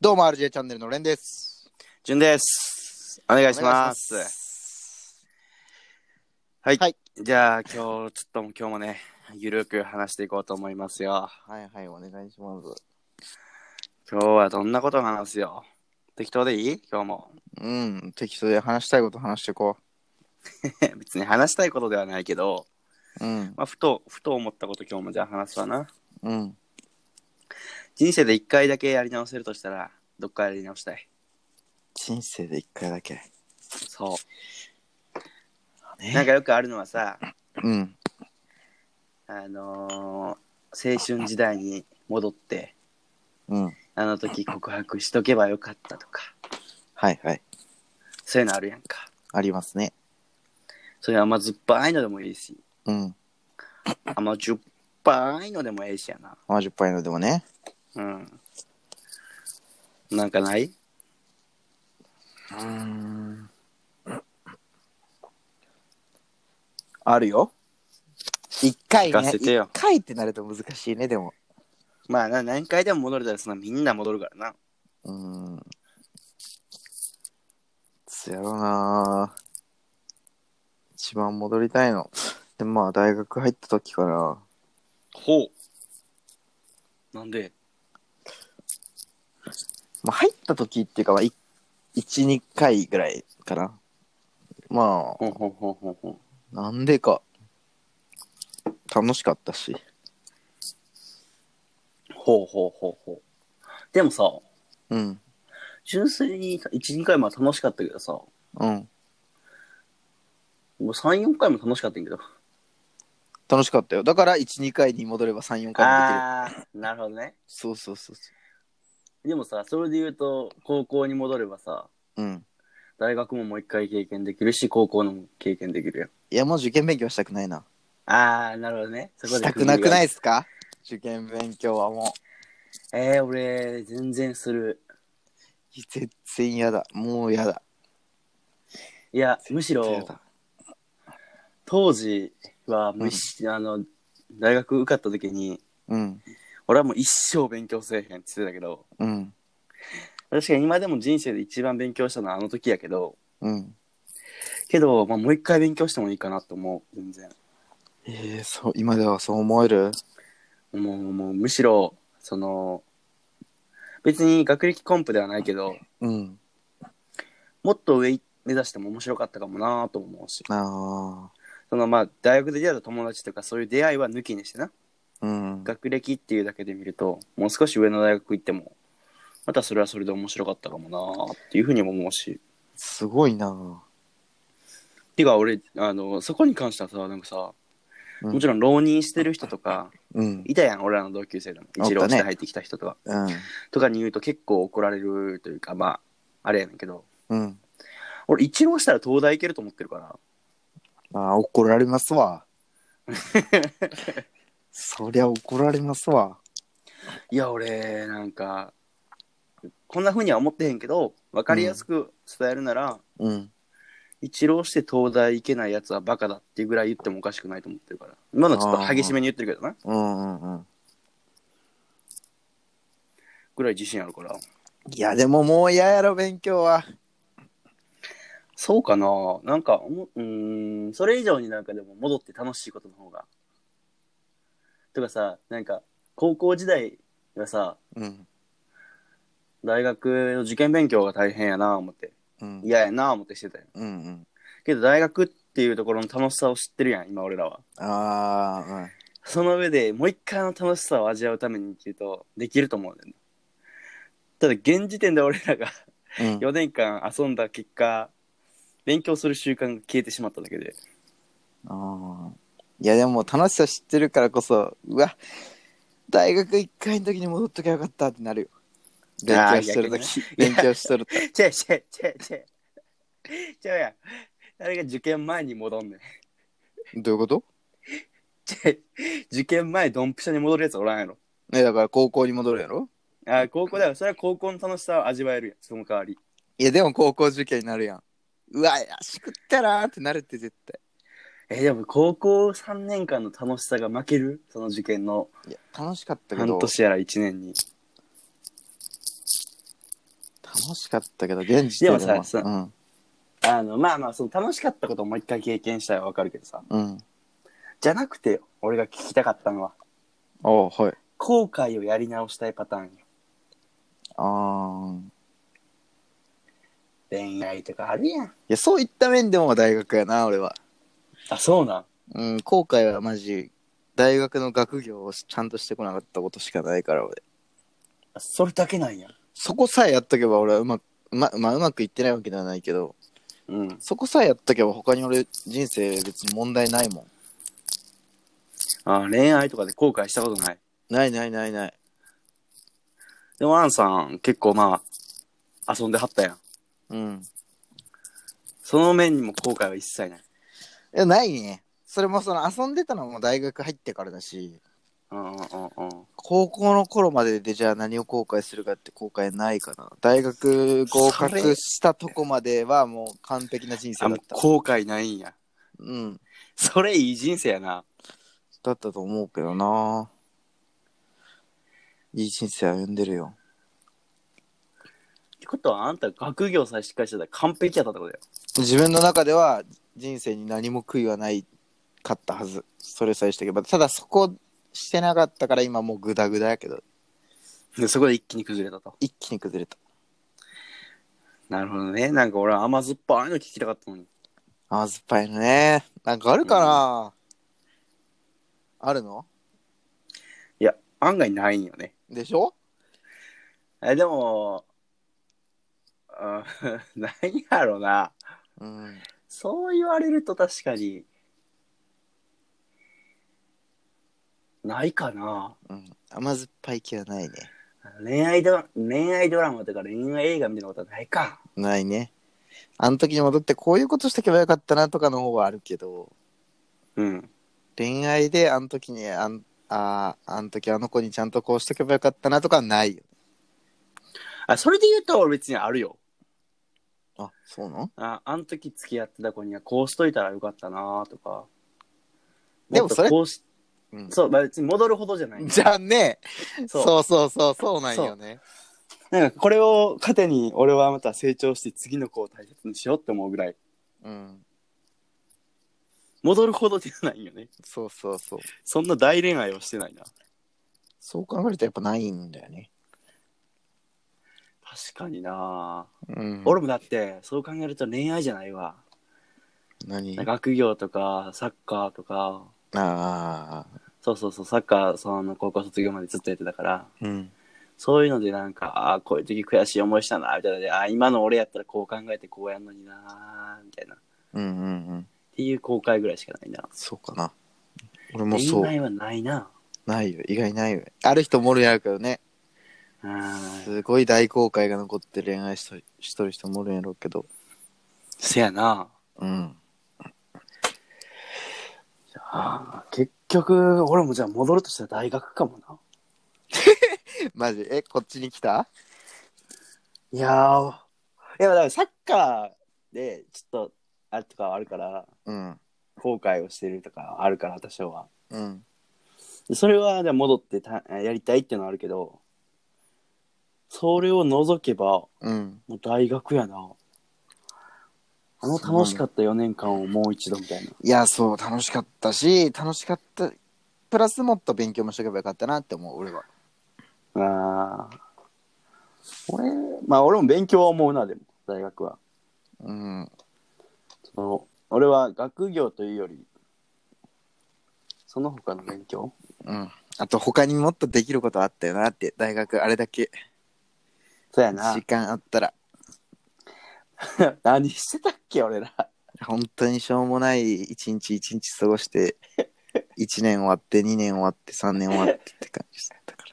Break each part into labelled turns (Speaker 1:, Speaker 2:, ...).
Speaker 1: どうも RJ チャンネルのレンです。
Speaker 2: 順です。お願いします。
Speaker 1: お願いし
Speaker 2: はい、
Speaker 1: はい
Speaker 2: じゃあ今日ちょっとも今日もね、ゆるく話していこうと思いますよ。
Speaker 1: はいはい、お願いします。
Speaker 2: 今日はどんなことを話すよ。適当でいい今日も。
Speaker 1: うん、適当で話したいこと話していこ
Speaker 2: 別に話したいことではないけど、
Speaker 1: う。うん、
Speaker 2: まあ、ふと、ふと思ったこと今日もじゃあ話すわな。
Speaker 1: うん。
Speaker 2: 人生で一回だけやり直せるとしたら、どっからやり直したい。
Speaker 1: 人生で一回だけ。
Speaker 2: そ
Speaker 1: ね
Speaker 2: う。なんかよくあるのはさ、
Speaker 1: うん、
Speaker 2: あのー青春時代に戻って、
Speaker 1: うん。
Speaker 2: あの時告白しとけばよかったとか、
Speaker 1: はいはい。
Speaker 2: そういうのあるやんか。
Speaker 1: ありますね。
Speaker 2: それ甘酸っぱいのでもいいし、
Speaker 1: うん。
Speaker 2: 甘じゅっぱいのでもええしやな。
Speaker 1: 70杯のでもね。
Speaker 2: うん。なんかない
Speaker 1: うん。あるよ。一回
Speaker 2: 聞か
Speaker 1: ね。
Speaker 2: せてよ
Speaker 1: 一回ってなると難しいね、でも。
Speaker 2: まあな、何回でも戻れたらそんなみんな戻るからな。
Speaker 1: うん。そやろなぁ一番戻りたいの。でまあ大学入った時から、
Speaker 2: ほう。なんで
Speaker 1: まあ入った時っていうか、まあ、い1、2回ぐらいかな。ま
Speaker 2: ほんほんほんほんほん。
Speaker 1: あ、なんでか。楽しかったし。
Speaker 2: ほうほうほうほう。でもさ、
Speaker 1: うん。
Speaker 2: 純粋に1、2回もは楽しかったけどさ、も
Speaker 1: うん。
Speaker 2: う3、4回も楽しかったんやけど。
Speaker 1: 楽しかったよ。だから1、2回に戻れば3、4回もできる。
Speaker 2: あー、なるほどね。
Speaker 1: そうそうそうそ
Speaker 2: でもさ、それで言うと、高校に戻ればさ、
Speaker 1: う。うん。
Speaker 2: 大学ももう一回経験できるし、高校のも経験できるやん。
Speaker 1: いや、もう受験勉強したくないな。
Speaker 2: あー、なるほどね。そこで
Speaker 1: したくなくないいっすか受験勉強はもう。
Speaker 2: えー、俺、全然する。
Speaker 1: 全然嫌だ。もう嫌だ。
Speaker 2: いや、むし
Speaker 1: 絶対嫌
Speaker 2: ろ、
Speaker 1: だ
Speaker 2: 当時は、もう一、あの、大学受かった時に、
Speaker 1: うん。
Speaker 2: 俺はもう一生勉強せえへんって言ってたけど、
Speaker 1: うん。
Speaker 2: 確かに今でも人生で一番勉強したのはあの時やけど、
Speaker 1: うん。
Speaker 2: けど、まあ、もう一回勉強してもいいかなと思う、全然。
Speaker 1: ええそう、今ではそう思える
Speaker 2: もう、もう、むしろ、その、別に学歴コンプではないけど、
Speaker 1: うん。
Speaker 2: もっと上目指しても面白かったかもなと思うし。
Speaker 1: あ
Speaker 2: そのまあ大学で出会った友達とかそういう出会いは抜きにしてな
Speaker 1: あ。うん。
Speaker 2: 学歴っていうだけで見るともう少し上の大学行ってもまたそれはそれで面白かったかもなっていうふうにも思うし
Speaker 1: すごいな
Speaker 2: てか俺あのそこに関してはさなんかさ
Speaker 1: うん
Speaker 2: もちろん浪人してる人とか
Speaker 1: うん。
Speaker 2: いたやん俺らの同級生でも
Speaker 1: おったね
Speaker 2: 一浪して入ってきた人とか、
Speaker 1: うん。
Speaker 2: とかに言うと結構怒られるというかまああれやねんけど
Speaker 1: うん。
Speaker 2: 俺一浪したら東大行けると思ってるから
Speaker 1: ああ、怒られます わ。そりゃ怒られますわ。
Speaker 2: いや俺なんかこんなふうには思ってへんけど分かりやすく伝えるなら、
Speaker 1: うん。
Speaker 2: 一浪して東大行けないやつはバカだっていうぐらい言ってもおかしくないと思ってるから今のはちょっと激しめに言ってるけどな
Speaker 1: うんうんうん。
Speaker 2: ぐらい自信あるから
Speaker 1: いや、でももう嫌やろ、勉強は。
Speaker 2: そうかななんか思うーんそれ以上になんかでも戻って楽しいことの方がとかさなんか高校時代はさ
Speaker 1: うん。
Speaker 2: 大学の受験勉強が大変やな思って
Speaker 1: うん。
Speaker 2: 嫌やな思ってしてたよ
Speaker 1: うんうん。
Speaker 2: けど大学っていうところの楽しさを知ってるやん今俺らは
Speaker 1: ああ、うん。
Speaker 2: その上でもう一回あの楽しさを味わうためにっていうとできると思うんだよね。ただ現時点で俺らが
Speaker 1: うん、
Speaker 2: 4年間遊んだ結果勉強する習慣が消えてしまっただけで
Speaker 1: ああ。いや、でも楽しさ知ってるからこそ、うわ、大学1回の時に戻っときゃよかったってなるよ。勉
Speaker 2: あ
Speaker 1: 強
Speaker 2: ー
Speaker 1: しとる時、 勉強しとる時。
Speaker 2: ちゃうちゃうちゃうちゃうちゃうやん誰が受験前に戻んねん
Speaker 1: どういうこと
Speaker 2: ちゃう受験前ドンピシャに戻るやつおらんやろ
Speaker 1: ね、だから高校に戻るやろ
Speaker 2: あー高校だよそれは高校の楽しさを味わえるやんその代わり
Speaker 1: いや、でも高校受験になるやん。うわ、しくったらーってなるって絶対。
Speaker 2: えーでも高校3年間の楽しさが負けるその受験の
Speaker 1: いや、楽しかったけ
Speaker 2: 半
Speaker 1: ど、
Speaker 2: 年やら1年に
Speaker 1: 楽しかったけど現時
Speaker 2: で
Speaker 1: 点
Speaker 2: も
Speaker 1: で
Speaker 2: さ
Speaker 1: も
Speaker 2: そ
Speaker 1: うん
Speaker 2: あの、まあまあ、その楽しかったことをもう一回経験したらわかるけどさ、
Speaker 1: うん
Speaker 2: じゃなくて、俺が聞きたかったのは、
Speaker 1: おうはい
Speaker 2: 後悔をやり直したいパターンよ。
Speaker 1: あーい
Speaker 2: 恋愛とかあるやん。
Speaker 1: やそういった面でも大学やな俺は
Speaker 2: あ、そうなん。
Speaker 1: うん後悔はマジ大学の学業をちゃんとしてこなかったことしかないから俺
Speaker 2: あそれだけなんや。
Speaker 1: そこさえやっとけば俺はうまくままあうまくいってないわけではないけど
Speaker 2: うん。
Speaker 1: そこさえやっとけば他に俺人生別に問題ないもん
Speaker 2: あ、恋愛とかで後悔したことない。
Speaker 1: ないないないない
Speaker 2: でも、アンさん、結構まあ、遊んではったやん。
Speaker 1: うん
Speaker 2: その面にも後悔は一切ない。
Speaker 1: いやないねそれもその遊んでたのも大学入ってからだし
Speaker 2: うんうんうんうん。
Speaker 1: 高校の頃まででじゃあ何を後悔するかって後悔ないかな大学合
Speaker 2: それ
Speaker 1: 格したとこまではもう完璧な人生だ
Speaker 2: あ、もう
Speaker 1: った
Speaker 2: 後悔ないんや。
Speaker 1: うん
Speaker 2: それいい人生やな。
Speaker 1: だったと思うけどないい人生歩んでるよ
Speaker 2: ってことは、あんた学業さえしっかりしてたら完璧やったってことや。
Speaker 1: 自分の中では人生に何も悔いはないかったはずそれさえしていけばただそこしてなかったから今もうグダグダやけど
Speaker 2: で、そこで一気に崩れたと。
Speaker 1: 一気に崩れた
Speaker 2: なるほどね。なんか俺は甘酸っぱいの聞きたかったのに。
Speaker 1: 甘酸っぱいのねなんかあるかな、あるの
Speaker 2: いや、案外ないんよね。
Speaker 1: でしょ
Speaker 2: え、でも、あ 何やろな。
Speaker 1: うん
Speaker 2: そう言われると確かに、ないかな。
Speaker 1: うん、甘酸っぱい気はないね。
Speaker 2: 恋愛ドラ恋愛ドラマとか恋愛映画みたいなことはないか。
Speaker 1: ないね。あの時に戻ってこういうことしとけばよかったなとかの方はあるけど、
Speaker 2: うん。
Speaker 1: 恋愛であの時にあん、あーあの時あの子にちゃんとこうしとけばよかったなとかはないよ。
Speaker 2: あ、それで言うと俺別にあるよ。
Speaker 1: あ、そうなん
Speaker 2: あ、あの時付き合ってた子にはこうしといたらよかったなとか。
Speaker 1: でもそれ
Speaker 2: っとこうし、
Speaker 1: うん
Speaker 2: そう、まあ、別に戻るほどじゃない。
Speaker 1: じゃあね、
Speaker 2: そ
Speaker 1: そう
Speaker 2: う
Speaker 1: そうそう、そうなんよね。
Speaker 2: なんかこれを糧に俺はまた成長して次の子を大切にしようって思うぐらい。
Speaker 1: うん、
Speaker 2: 戻るほどではないよね。
Speaker 1: そうそうそう。
Speaker 2: そんな大恋愛はしてないな。
Speaker 1: そう考えるとやっぱないんだよね。
Speaker 2: 確かにな、
Speaker 1: うん、
Speaker 2: 俺もだってそう考えると恋愛じゃないわ。
Speaker 1: 何あ
Speaker 2: 学業とかサッカーとか、
Speaker 1: あ
Speaker 2: そうそうそう、サッカーその高校卒業までずっとやってたから、
Speaker 1: ー、うん。
Speaker 2: そういうのでなんか、ああ、こういう時悔しい思いしたな、みたいなで、ああ、今の俺やったらこう考えてこうやんのにな、みたいな。っ
Speaker 1: うんうんうん。
Speaker 2: ていう後悔ぐらいしかないな。
Speaker 1: そうかな。俺もそ
Speaker 2: 恋
Speaker 1: う。
Speaker 2: 愛はないな。
Speaker 1: ないよ。意外ないよ。ある人もおるやろうけどね。
Speaker 2: うん。
Speaker 1: すごい大後悔が残って恋愛しとしとる人もおるんやろうけど。
Speaker 2: せやな。
Speaker 1: うん。
Speaker 2: ああ、結局、俺もじゃあ戻るとしたら大学かもな。
Speaker 1: マジえ、こっちに来た
Speaker 2: いやー、いや、だからサッカーで、ちょっと、あれとかはあるから、
Speaker 1: うん。
Speaker 2: 後悔をしてるとかあるから、多少は。
Speaker 1: うん。
Speaker 2: でそれは、じゃあ戻ってたやりたいっていうのはあるけど、それを除けば、
Speaker 1: うん。
Speaker 2: もう大学やな。あの楽しかった4年間をもう一度みたいな。
Speaker 1: いや、そう、楽しかったし、楽しかった。プラスもっと勉強もしとけばよかったなって思う、俺は。
Speaker 2: ああ。俺、まあ俺も勉強は思うな、でも、大学は。
Speaker 1: うん。
Speaker 2: その、俺は学業というより、その他の勉強
Speaker 1: うん。あと、他にもっとできることあったよなって、大学あれだけ
Speaker 2: そうやな
Speaker 1: 時。間あったら、
Speaker 2: 何してたっけ、俺ら。
Speaker 1: 本当にしょうもない一日一日過ごして、1年終わって、2年終わって、3年終わってって感じだったから。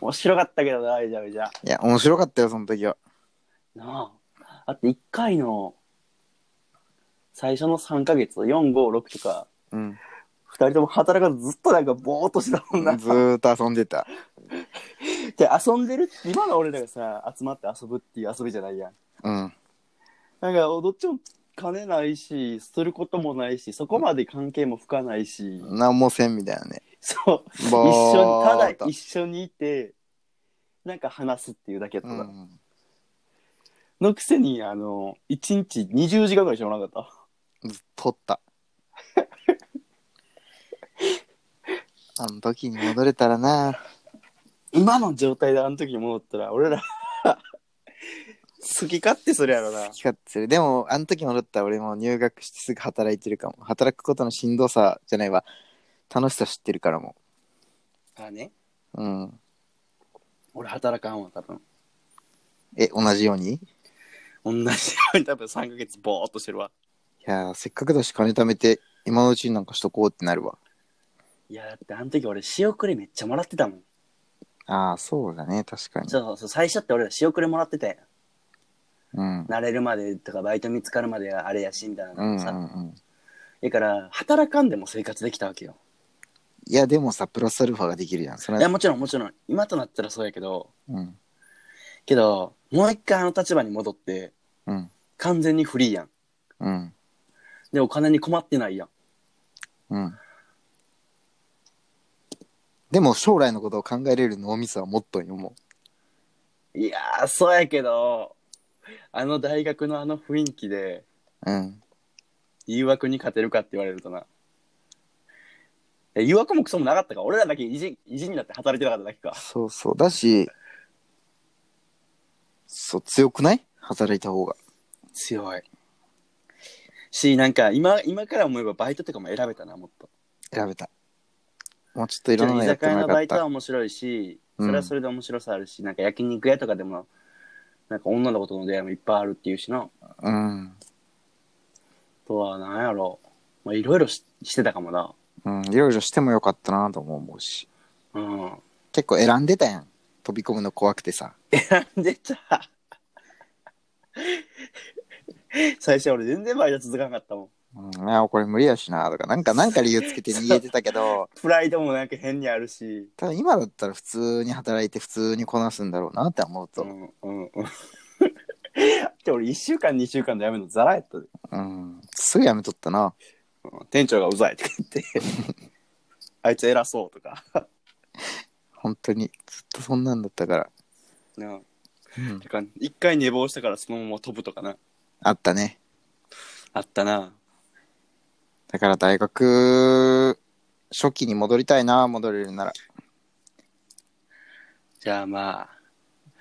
Speaker 2: 面白かったけどな、めちゃめちゃ。
Speaker 1: いや、面白かったよ、その時は。
Speaker 2: なあ。あって1回の、最初の3ヶ月、4、5、6とか、
Speaker 1: うん。
Speaker 2: 2人とも働かずずっとなんかぼーっとしてたもんな。
Speaker 1: ずーっと遊んでた。
Speaker 2: で遊んでるって今の俺らがさ集まって遊ぶっていう遊びじゃないやん
Speaker 1: うん。
Speaker 2: なんかどっちも金ないしすることもないしそこまで関係も深ないし、
Speaker 1: なんもせんみたいなね。
Speaker 2: そう
Speaker 1: 一
Speaker 2: 一緒にただ
Speaker 1: 緒
Speaker 2: 一緒にいてなんか話すっていうだけだった
Speaker 1: う
Speaker 2: から、
Speaker 1: ん。
Speaker 2: のくせに、あの、1日20時間ぐらいしかおらなかった。
Speaker 1: 取った。 あの時に戻れたらな。
Speaker 2: 今の状態であの時に戻ったら、俺ら、好き勝手するやろな
Speaker 1: 好。き勝手する。でも、あの時戻ったら俺も入学してすぐ働いてるかも。働くことのしんどさじゃないわ。楽しさ知ってるからも
Speaker 2: あね。
Speaker 1: う。うん。
Speaker 2: 俺働かんわ、多分。
Speaker 1: え、同じようにい
Speaker 2: 同じように多分3ヶ月ぼーっとしてるわ。
Speaker 1: やー、せっかくだし金貯めて、今のうちになんかしとこうってなるわ。
Speaker 2: いや、だってあの時俺、仕送りめっちゃもらってたもん。
Speaker 1: ああ、そうだね、確かに。
Speaker 2: そうそうそう、最初って俺ら仕送りもらってて、
Speaker 1: うん。
Speaker 2: 慣れるまでとかバイト見つかるまであれやし、みた
Speaker 1: う
Speaker 2: いな
Speaker 1: ん
Speaker 2: の
Speaker 1: うん
Speaker 2: さ。
Speaker 1: うん。
Speaker 2: だから、働かんでも生活できたわけよ。
Speaker 1: いや、でもさ、プラスアルファができるじゃん。そ
Speaker 2: いや、
Speaker 1: れ
Speaker 2: もちろんもちろん、今となったらそうやけど、
Speaker 1: うん。
Speaker 2: けど、もう一回あの立場に戻って、
Speaker 1: うん。
Speaker 2: 完全にフリーやん。
Speaker 1: うん。
Speaker 2: で、お金に困ってないやん。
Speaker 1: うん。でも、将来のことを考えれる脳みそはもっとに思う。
Speaker 2: いやー、そうやけど、あの大学のあの雰囲気で、
Speaker 1: うん。
Speaker 2: 誘惑に勝てるかって言われるとな。え誘惑もクソもなかったか。俺らだけ意地意地になって働いてなかっただけか。
Speaker 1: そうそう。だし、そう、強くない働いた方が。
Speaker 2: 強い。し、なんか今、今から思えばバイトとかも選べたな、もっと。
Speaker 1: 選べた。もうちょっといろんなの
Speaker 2: 居
Speaker 1: やって
Speaker 2: 酒
Speaker 1: も
Speaker 2: 屋
Speaker 1: よ
Speaker 2: の
Speaker 1: か
Speaker 2: バ
Speaker 1: っ
Speaker 2: イトは
Speaker 1: た。
Speaker 2: 面白いし、
Speaker 1: うん
Speaker 2: それはそれで面白さあるし、なんか焼肉屋とかでも、なんか女の子との出会いもいっぱいあるっていうしな。あ
Speaker 1: うん。
Speaker 2: とは、なんやろ。まあ、いろいろししてたかもな。
Speaker 1: うん。いろいろしてもよかったなとも思うし。
Speaker 2: うん。
Speaker 1: 結構選んでたやん。飛び込むの怖くてさ。
Speaker 2: 出た。 最初俺全然バイト続かなかったもん。
Speaker 1: うん、いやこれ無理やしなとか、なんか、なんか理由つけて逃げてたけど、
Speaker 2: プライドもなんか変にあるし。
Speaker 1: 多分今だったら普通に働いて普通にこなすんだろうなって思う
Speaker 2: う
Speaker 1: と、
Speaker 2: んうん うん。で俺1週間2週間で辞めるのザラやったで。
Speaker 1: うん、すぐやめとったな。
Speaker 2: うん店長がうざいとか 言って。あいつ偉そうとか。
Speaker 1: 本当にずっとそんなんだったから、
Speaker 2: うん
Speaker 1: うん
Speaker 2: てか一回寝坊したからそのまま飛ぶとかな。
Speaker 1: あったね。
Speaker 2: あったな。
Speaker 1: だから大学初期に戻りたいな、戻れるなら。
Speaker 2: じゃあまあ、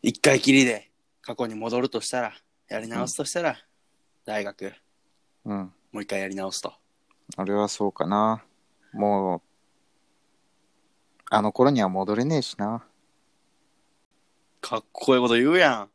Speaker 2: 一回きりで過去に戻るとしたら、やり直すとしたら、大学、
Speaker 1: うん、
Speaker 2: もう一回やり直すと。
Speaker 1: 俺はそうかな。もう、あの頃には戻れねえしな。
Speaker 2: かっこいいこと言うやん。